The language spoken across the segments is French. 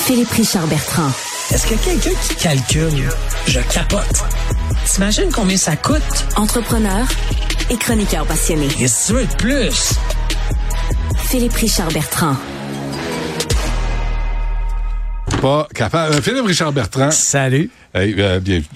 Philippe Richard Bertrand. Est-ce que quelqu'un qui calcule, je capote. T'imagines combien ça coûte? Entrepreneur et chroniqueur passionné. Qu'est-ce que tu veux de plus? Philippe Richard Bertrand. Pas capable. Euh, Philippe Richard Bertrand. Salut. Hey, euh, bienvenue.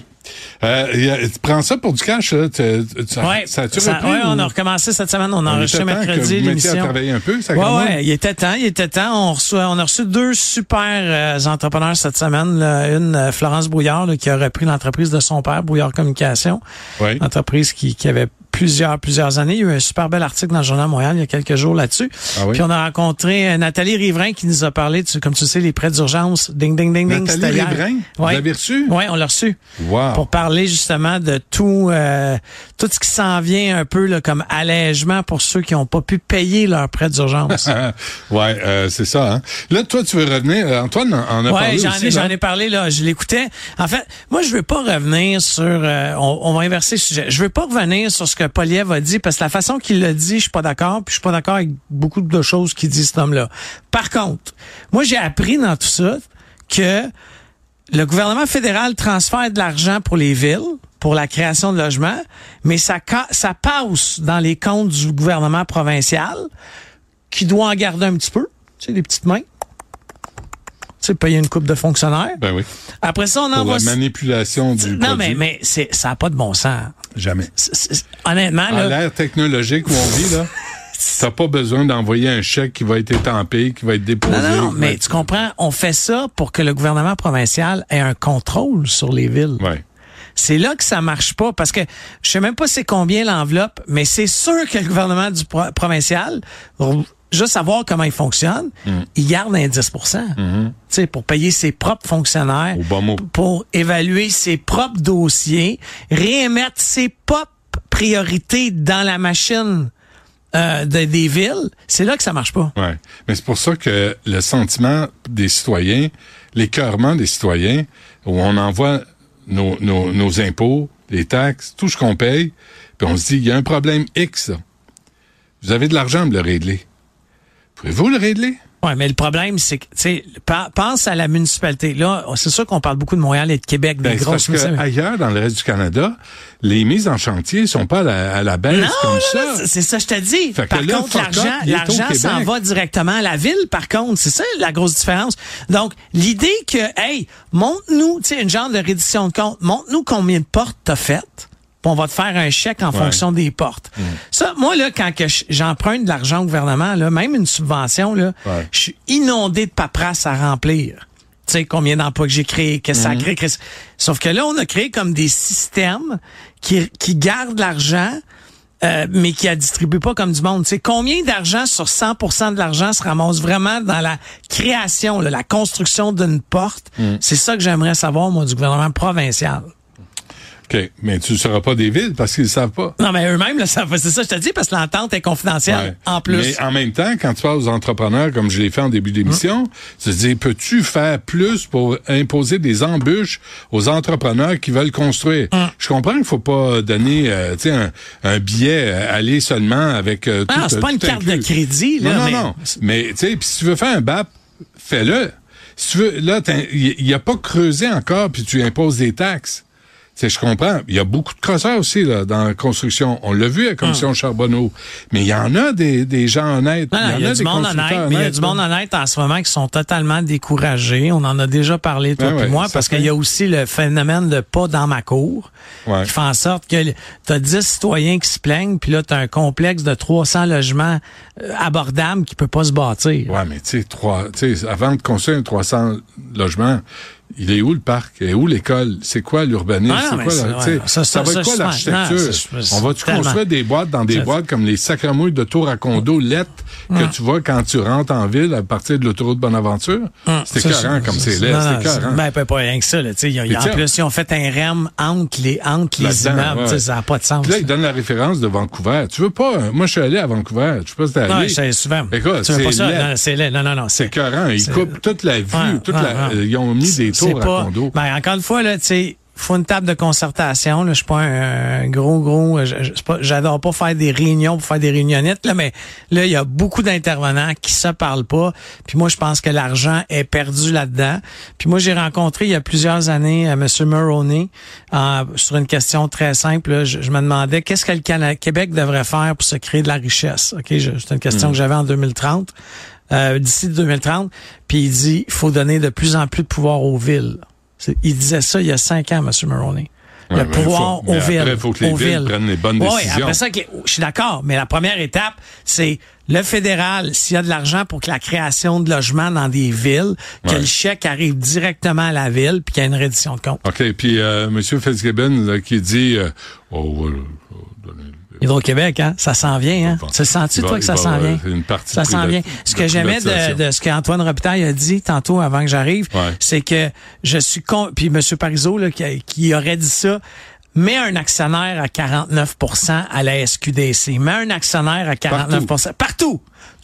Euh, y a- tu prends ça pour du cash, là? Tu- tu- ça, Ouais, Ben, ça a-tu ça- repris ouais, on ou- a recommencé cette semaine. On a Il enregistré était temps que mercredi vous mettiez à l'émission. travailler un peu, ça Ouais, commence. ouais, il était temps, il était temps. On, reçoit, on a reçu deux super euh, entrepreneurs cette semaine. là. Une, euh, Florence Brouillard, là, qui a repris l'entreprise de son père, Brouillard Communication. Ouais. Une entreprise qui, qui avait plusieurs, plusieurs années. Il y a eu un super bel article dans le Journal de Montréal il y a quelques jours là-dessus. Ah oui? Puis on a rencontré euh, Nathalie Riverain qui nous a parlé, de, comme tu sais, les prêts d'urgence. Ding, ding, ding, ding. Nathalie c'était hier. Riverain? Vous l'avez reçue? Oui, on l'a reçue Wow. pour parler justement de tout euh, tout ce qui s'en vient un peu là, comme allègement pour ceux qui n'ont pas pu payer leurs prêts d'urgence. Ah, ouais, euh, c'est ça. Hein? Là, toi, tu veux revenir. euh, Antoine en, en a Ouais, parlé j'en aussi, hein? ai, non? j'en ai parlé là, je l'écoutais. En fait, moi je veux pas revenir sur euh, on, on va inverser le sujet. Je veux pas revenir sur ce que Poliev a dit parce que la façon qu'il l'a dit, je suis pas d'accord, puis je suis pas d'accord avec beaucoup de choses qu'il dit cet homme-là. Par contre, moi j'ai appris dans tout ça que le gouvernement fédéral transfère de l'argent pour les villes, pour la création de logements, mais ça, ca- ça passe dans les comptes du gouvernement provincial, qui doit en garder un petit peu, tu sais, les petites mains. Tu sais, payer une coupe de fonctionnaires. Ben oui. Après ça, on Pour envoie... la manipulation du non, mais, produit. mais c'est, ça n'a pas de bon sens. Jamais. C'est- c'est- honnêtement, À là... l'ère technologique où on vit, là, t'as pas besoin d'envoyer un chèque qui va être étampé, qui va être déposé. Non, non, non, qui va mais être- tu comprends, on fait ça pour que le gouvernement provincial ait un contrôle sur les villes. Ouais. C'est là que ça marche pas parce que je sais même pas c'est combien l'enveloppe, mais c'est sûr que le gouvernement du pro- provincial, r- juste savoir comment il fonctionne, Mm. il garde un 10 Tu sais, pour payer ses propres fonctionnaires, Mm-hmm. Au bon mot. p- pour évaluer ses propres dossiers, réémettre ses propres priorités dans la machine euh, de- des villes. C'est là que ça marche pas. Ouais. Mais c'est pour ça que le sentiment des citoyens, l'écœurement des citoyens, où on envoie nos, nos, nos impôts, les taxes, tout ce qu'on paye, puis on se dit, il y a un problème X, là. Vous avez de l'argent de le régler. Pouvez-vous le régler? Ouais, mais le problème, c'est que, tu sais, pa- pense à la municipalité. Là, c'est sûr qu'on parle beaucoup de Montréal et de Québec, des Ben, c'est grosses parce que municipalités. ailleurs, dans le reste du Canada, les mises en chantier sont pas à la, à la baisse Non, comme non, ça. non, c'est- c'est ça, je te dis. Fait que Par là, contre, fuck off, l'argent, il est au l'argent s'en Québec. va directement à la ville, par contre. C'est ça, la grosse différence. Donc, l'idée que, hey, montre-nous, tu sais, une genre de reddition de compte, montre-nous combien de portes t'as faites, puis on va te faire un chèque en fonction des portes. Ça, moi, là, quand que je- j'emprunte de l'argent au gouvernement, là, même une subvention, là, Ouais. je suis inondé de paperasse à remplir. Tu sais, combien d'emplois que j'ai créé, qu'est-ce que ça a créé, qu'est-ce- Sauf que là, on a créé comme des systèmes qui, qui gardent l'argent, euh, mais qui la distribue pas comme du monde. Tu sais, combien d'argent sur 100 de l'argent se ramasse vraiment dans la création, là, la construction d'une porte? C'est ça que j'aimerais savoir, moi, du gouvernement provincial. OK, mais tu ne seras pas des villes parce qu'ils ne savent pas. Non, mais eux-mêmes, là, ça- c'est ça, je te dis, parce que l'entente est confidentielle, Ouais. en plus. Mais ah, en même temps, quand tu parles aux entrepreneurs, comme je l'ai fait en début d'émission, tu te dis, peux-tu faire plus pour imposer des embûches aux entrepreneurs qui veulent construire? Je comprends qu'il faut pas donner euh, tu sais, un, un billet, euh, aller seulement avec euh, Ah, tout, c'est euh, pas une tout carte inclus. de crédit, là, Non, non, mais- non. Mais, tu sais, puis si tu veux faire un BAP, fais-le. Si tu veux, là, t'in- il n'y a pas creusé encore, puis tu imposes des taxes. Tu sais, je comprends. Il y a beaucoup de crosseurs aussi là, dans la construction. On l'a vu à la Commission Charbonneau. Mais il y en a des, des gens honnêtes. Ah. Non, non, il y a, des du monde constructeurs honnête, mais il y a du là. monde honnête en ce moment qui sont totalement découragés. On en a déjà parlé, toi Ben et ouais, moi, ça parce fait. qu'il y a aussi le phénomène de pas dans ma cour, Ouais. qui fait en sorte que tu as 10 citoyens qui se plaignent, puis là, tu as un complexe de 300 logements euh, abordables qui peut pas se bâtir. Ouais, mais tu sais, trois- tu sais, avant de construire un 300 logements, il est où le parc? Il est où l'école? C'est quoi l'urbanisme? Ah, c'est mais quoi, c'est- la- ouais, tu sais, ça, ça, va ça, être quoi je- non, l'architecture? c'est- c'est- On va-tu tellement. construire des boîtes dans des Je- boîtes comme les sacramouilles de tour à condo lettres que tu vois quand tu rentres en ville à partir de l'autoroute Bonaventure? C'est Hum, Ça, écœurant comme c'est laid, non, non, c'est écœurant. Ben, pas, pas rien que ça, là. tu sais, y a- y a- Puis en tiens. plus, ils ont fait un REM entre les, entre les Là-dedans, immeubles. ouais. tu sais, Ça n'a pas de sens. Puis là, là. il donne la référence de Vancouver. Tu veux pas... un- Moi, je suis allé à Vancouver. Je sais pas si t'es allé. Non, c'est souvent. Écoute, tu veux pas c'est ça? laid. Non, c'est laid. Non, non, non. C'est écœurant. Ils c'est- coupent toute la vue. Ouais, toute ouais, la- ouais. Ils ont mis des C'est tours à pas- condo. Ben, encore une fois, là, tu sais, faut une table de concertation. Là. Je suis pas un, un gros, gros. je- je- c'est pas- J'adore pas, faire des réunions pour faire des réunionnettes, là, mais là, il y a beaucoup d'intervenants qui se parlent pas. Puis moi, je pense que l'argent est perdu là-dedans. Puis moi, j'ai rencontré il y a plusieurs années euh, M. Mulroney euh, sur une question très simple. là. Je, je me demandais qu'est-ce que le Cana- Québec devrait faire pour se créer de la richesse. Ok, je- C'est une question que j'avais en 2030. euh, d'ici 2030, puis il dit, il faut donner de plus en plus de pouvoir aux villes. C'est- Il disait ça il y a cinq ans, M. Maroney. Le Ouais, mais pouvoir faut- mais aux villes. après, faut que les aux villes prennent les bonnes Ouais, décisions. après ça, que les- je suis d'accord, mais la première étape, c'est le fédéral, s'il y a de l'argent pour que la création de logements dans des villes, que Ouais. le chèque arrive directement à la ville, puis qu'il y a une reddition de compte. OK, puis euh, M. Fitzgibbon là, qui dit... euh, oh, euh, oh, donnez- Hydro-Québec, hein, ça s'en vient. Hein? Bon. Tu le sens-tu, Il va- toi, que il ça va s'en avoir vient? une partie ça de s'en priva- vient. Ce de que j'aimais de, privatisation. de ce qu'Antoine Robitaille a dit tantôt avant que j'arrive, Ouais. c'est que je suis con... Puis M. Parizeau, là, qui, a- qui aurait dit ça, met un actionnaire à 49 à la SQDC, met un actionnaire à 49 partout.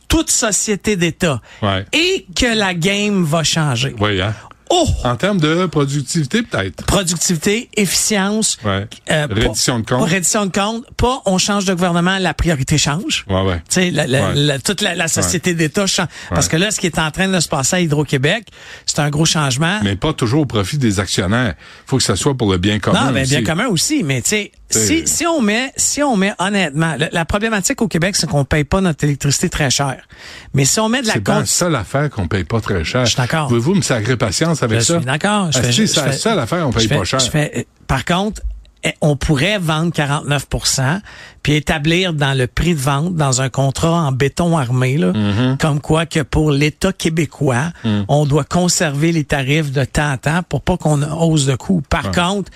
Toute société d'État. Ouais. Et que la game va changer. Oui, hein? Oh! En termes de productivité, peut-être. productivité, efficience, euh, Ouais. pas- Reddition de comptes. reddition de comptes, pas on change de gouvernement, la priorité change. Ouais, ouais. Tu sais, la- la- Ouais. la- toute la, la société d'État change. Parce Ouais. que là, ce qui est en train de se passer à Hydro-Québec, c'est un gros changement. Mais pas toujours au profit des actionnaires. faut que ça soit pour le bien commun. non, mais bien aussi. commun aussi. Mais tu sais, si, C'est- si on met, si on met honnêtement, la, la problématique au Québec, c'est qu'on paye pas notre électricité très cher. Mais si on met de la C'est pas la compte, seule affaire qu'on paye pas très cher. Je suis d'accord. Pouvez-vous me sacrer patience avec Ben, Je ça? suis d'accord. Je Ah, fais- si, je C'est la fais- seule affaire qu'on paye je fais- pas cher. je fais- euh, par contre, eh, on pourrait vendre 49 puis établir dans le prix de vente, dans un contrat en béton armé, là, Mm-hmm. comme quoi que pour l'État québécois, Mm. on doit conserver les tarifs de temps en temps pour pas qu'on hausse de coût. Par contre,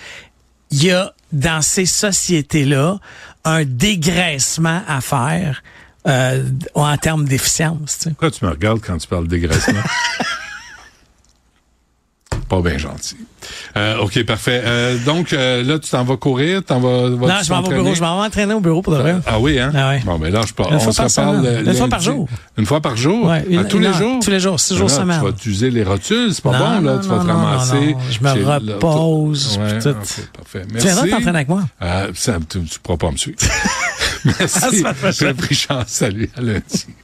il y a dans ces sociétés-là un dégraissement à faire euh, en termes d'efficience. tu sais. Pourquoi tu me regardes quand tu parles de dégraissement? pas bien gentil. Euh, OK, parfait. Euh, donc, euh, là, tu t'en vas courir, t'en vas... vas-tu Non, je m'en vais au bureau. t'entraîner? Je m'en vais entraîner au bureau pour de vrai. Ah oui, hein? Ah ouais. Bon, ben là, je parle. Une on fois se par reparle semaine. le Une fois par lundi. jour. Une fois par jour? Ouais, une- À tous une les heure. jours? Tous les jours, six jours Ah, semaine. Tu vas t'user les rotules, c'est pas Non, bon, là. non, tu vas te non, non, ramasser. non, non. Je me chez le- repose, Ouais, puis tout. ok, parfait. Tu Merci. Euh, viendras t'entraîner avec moi. Ah, ça, tu ne pourras pas me suivre. Merci. À la semaine prochaine. Richard, salut, à lundi.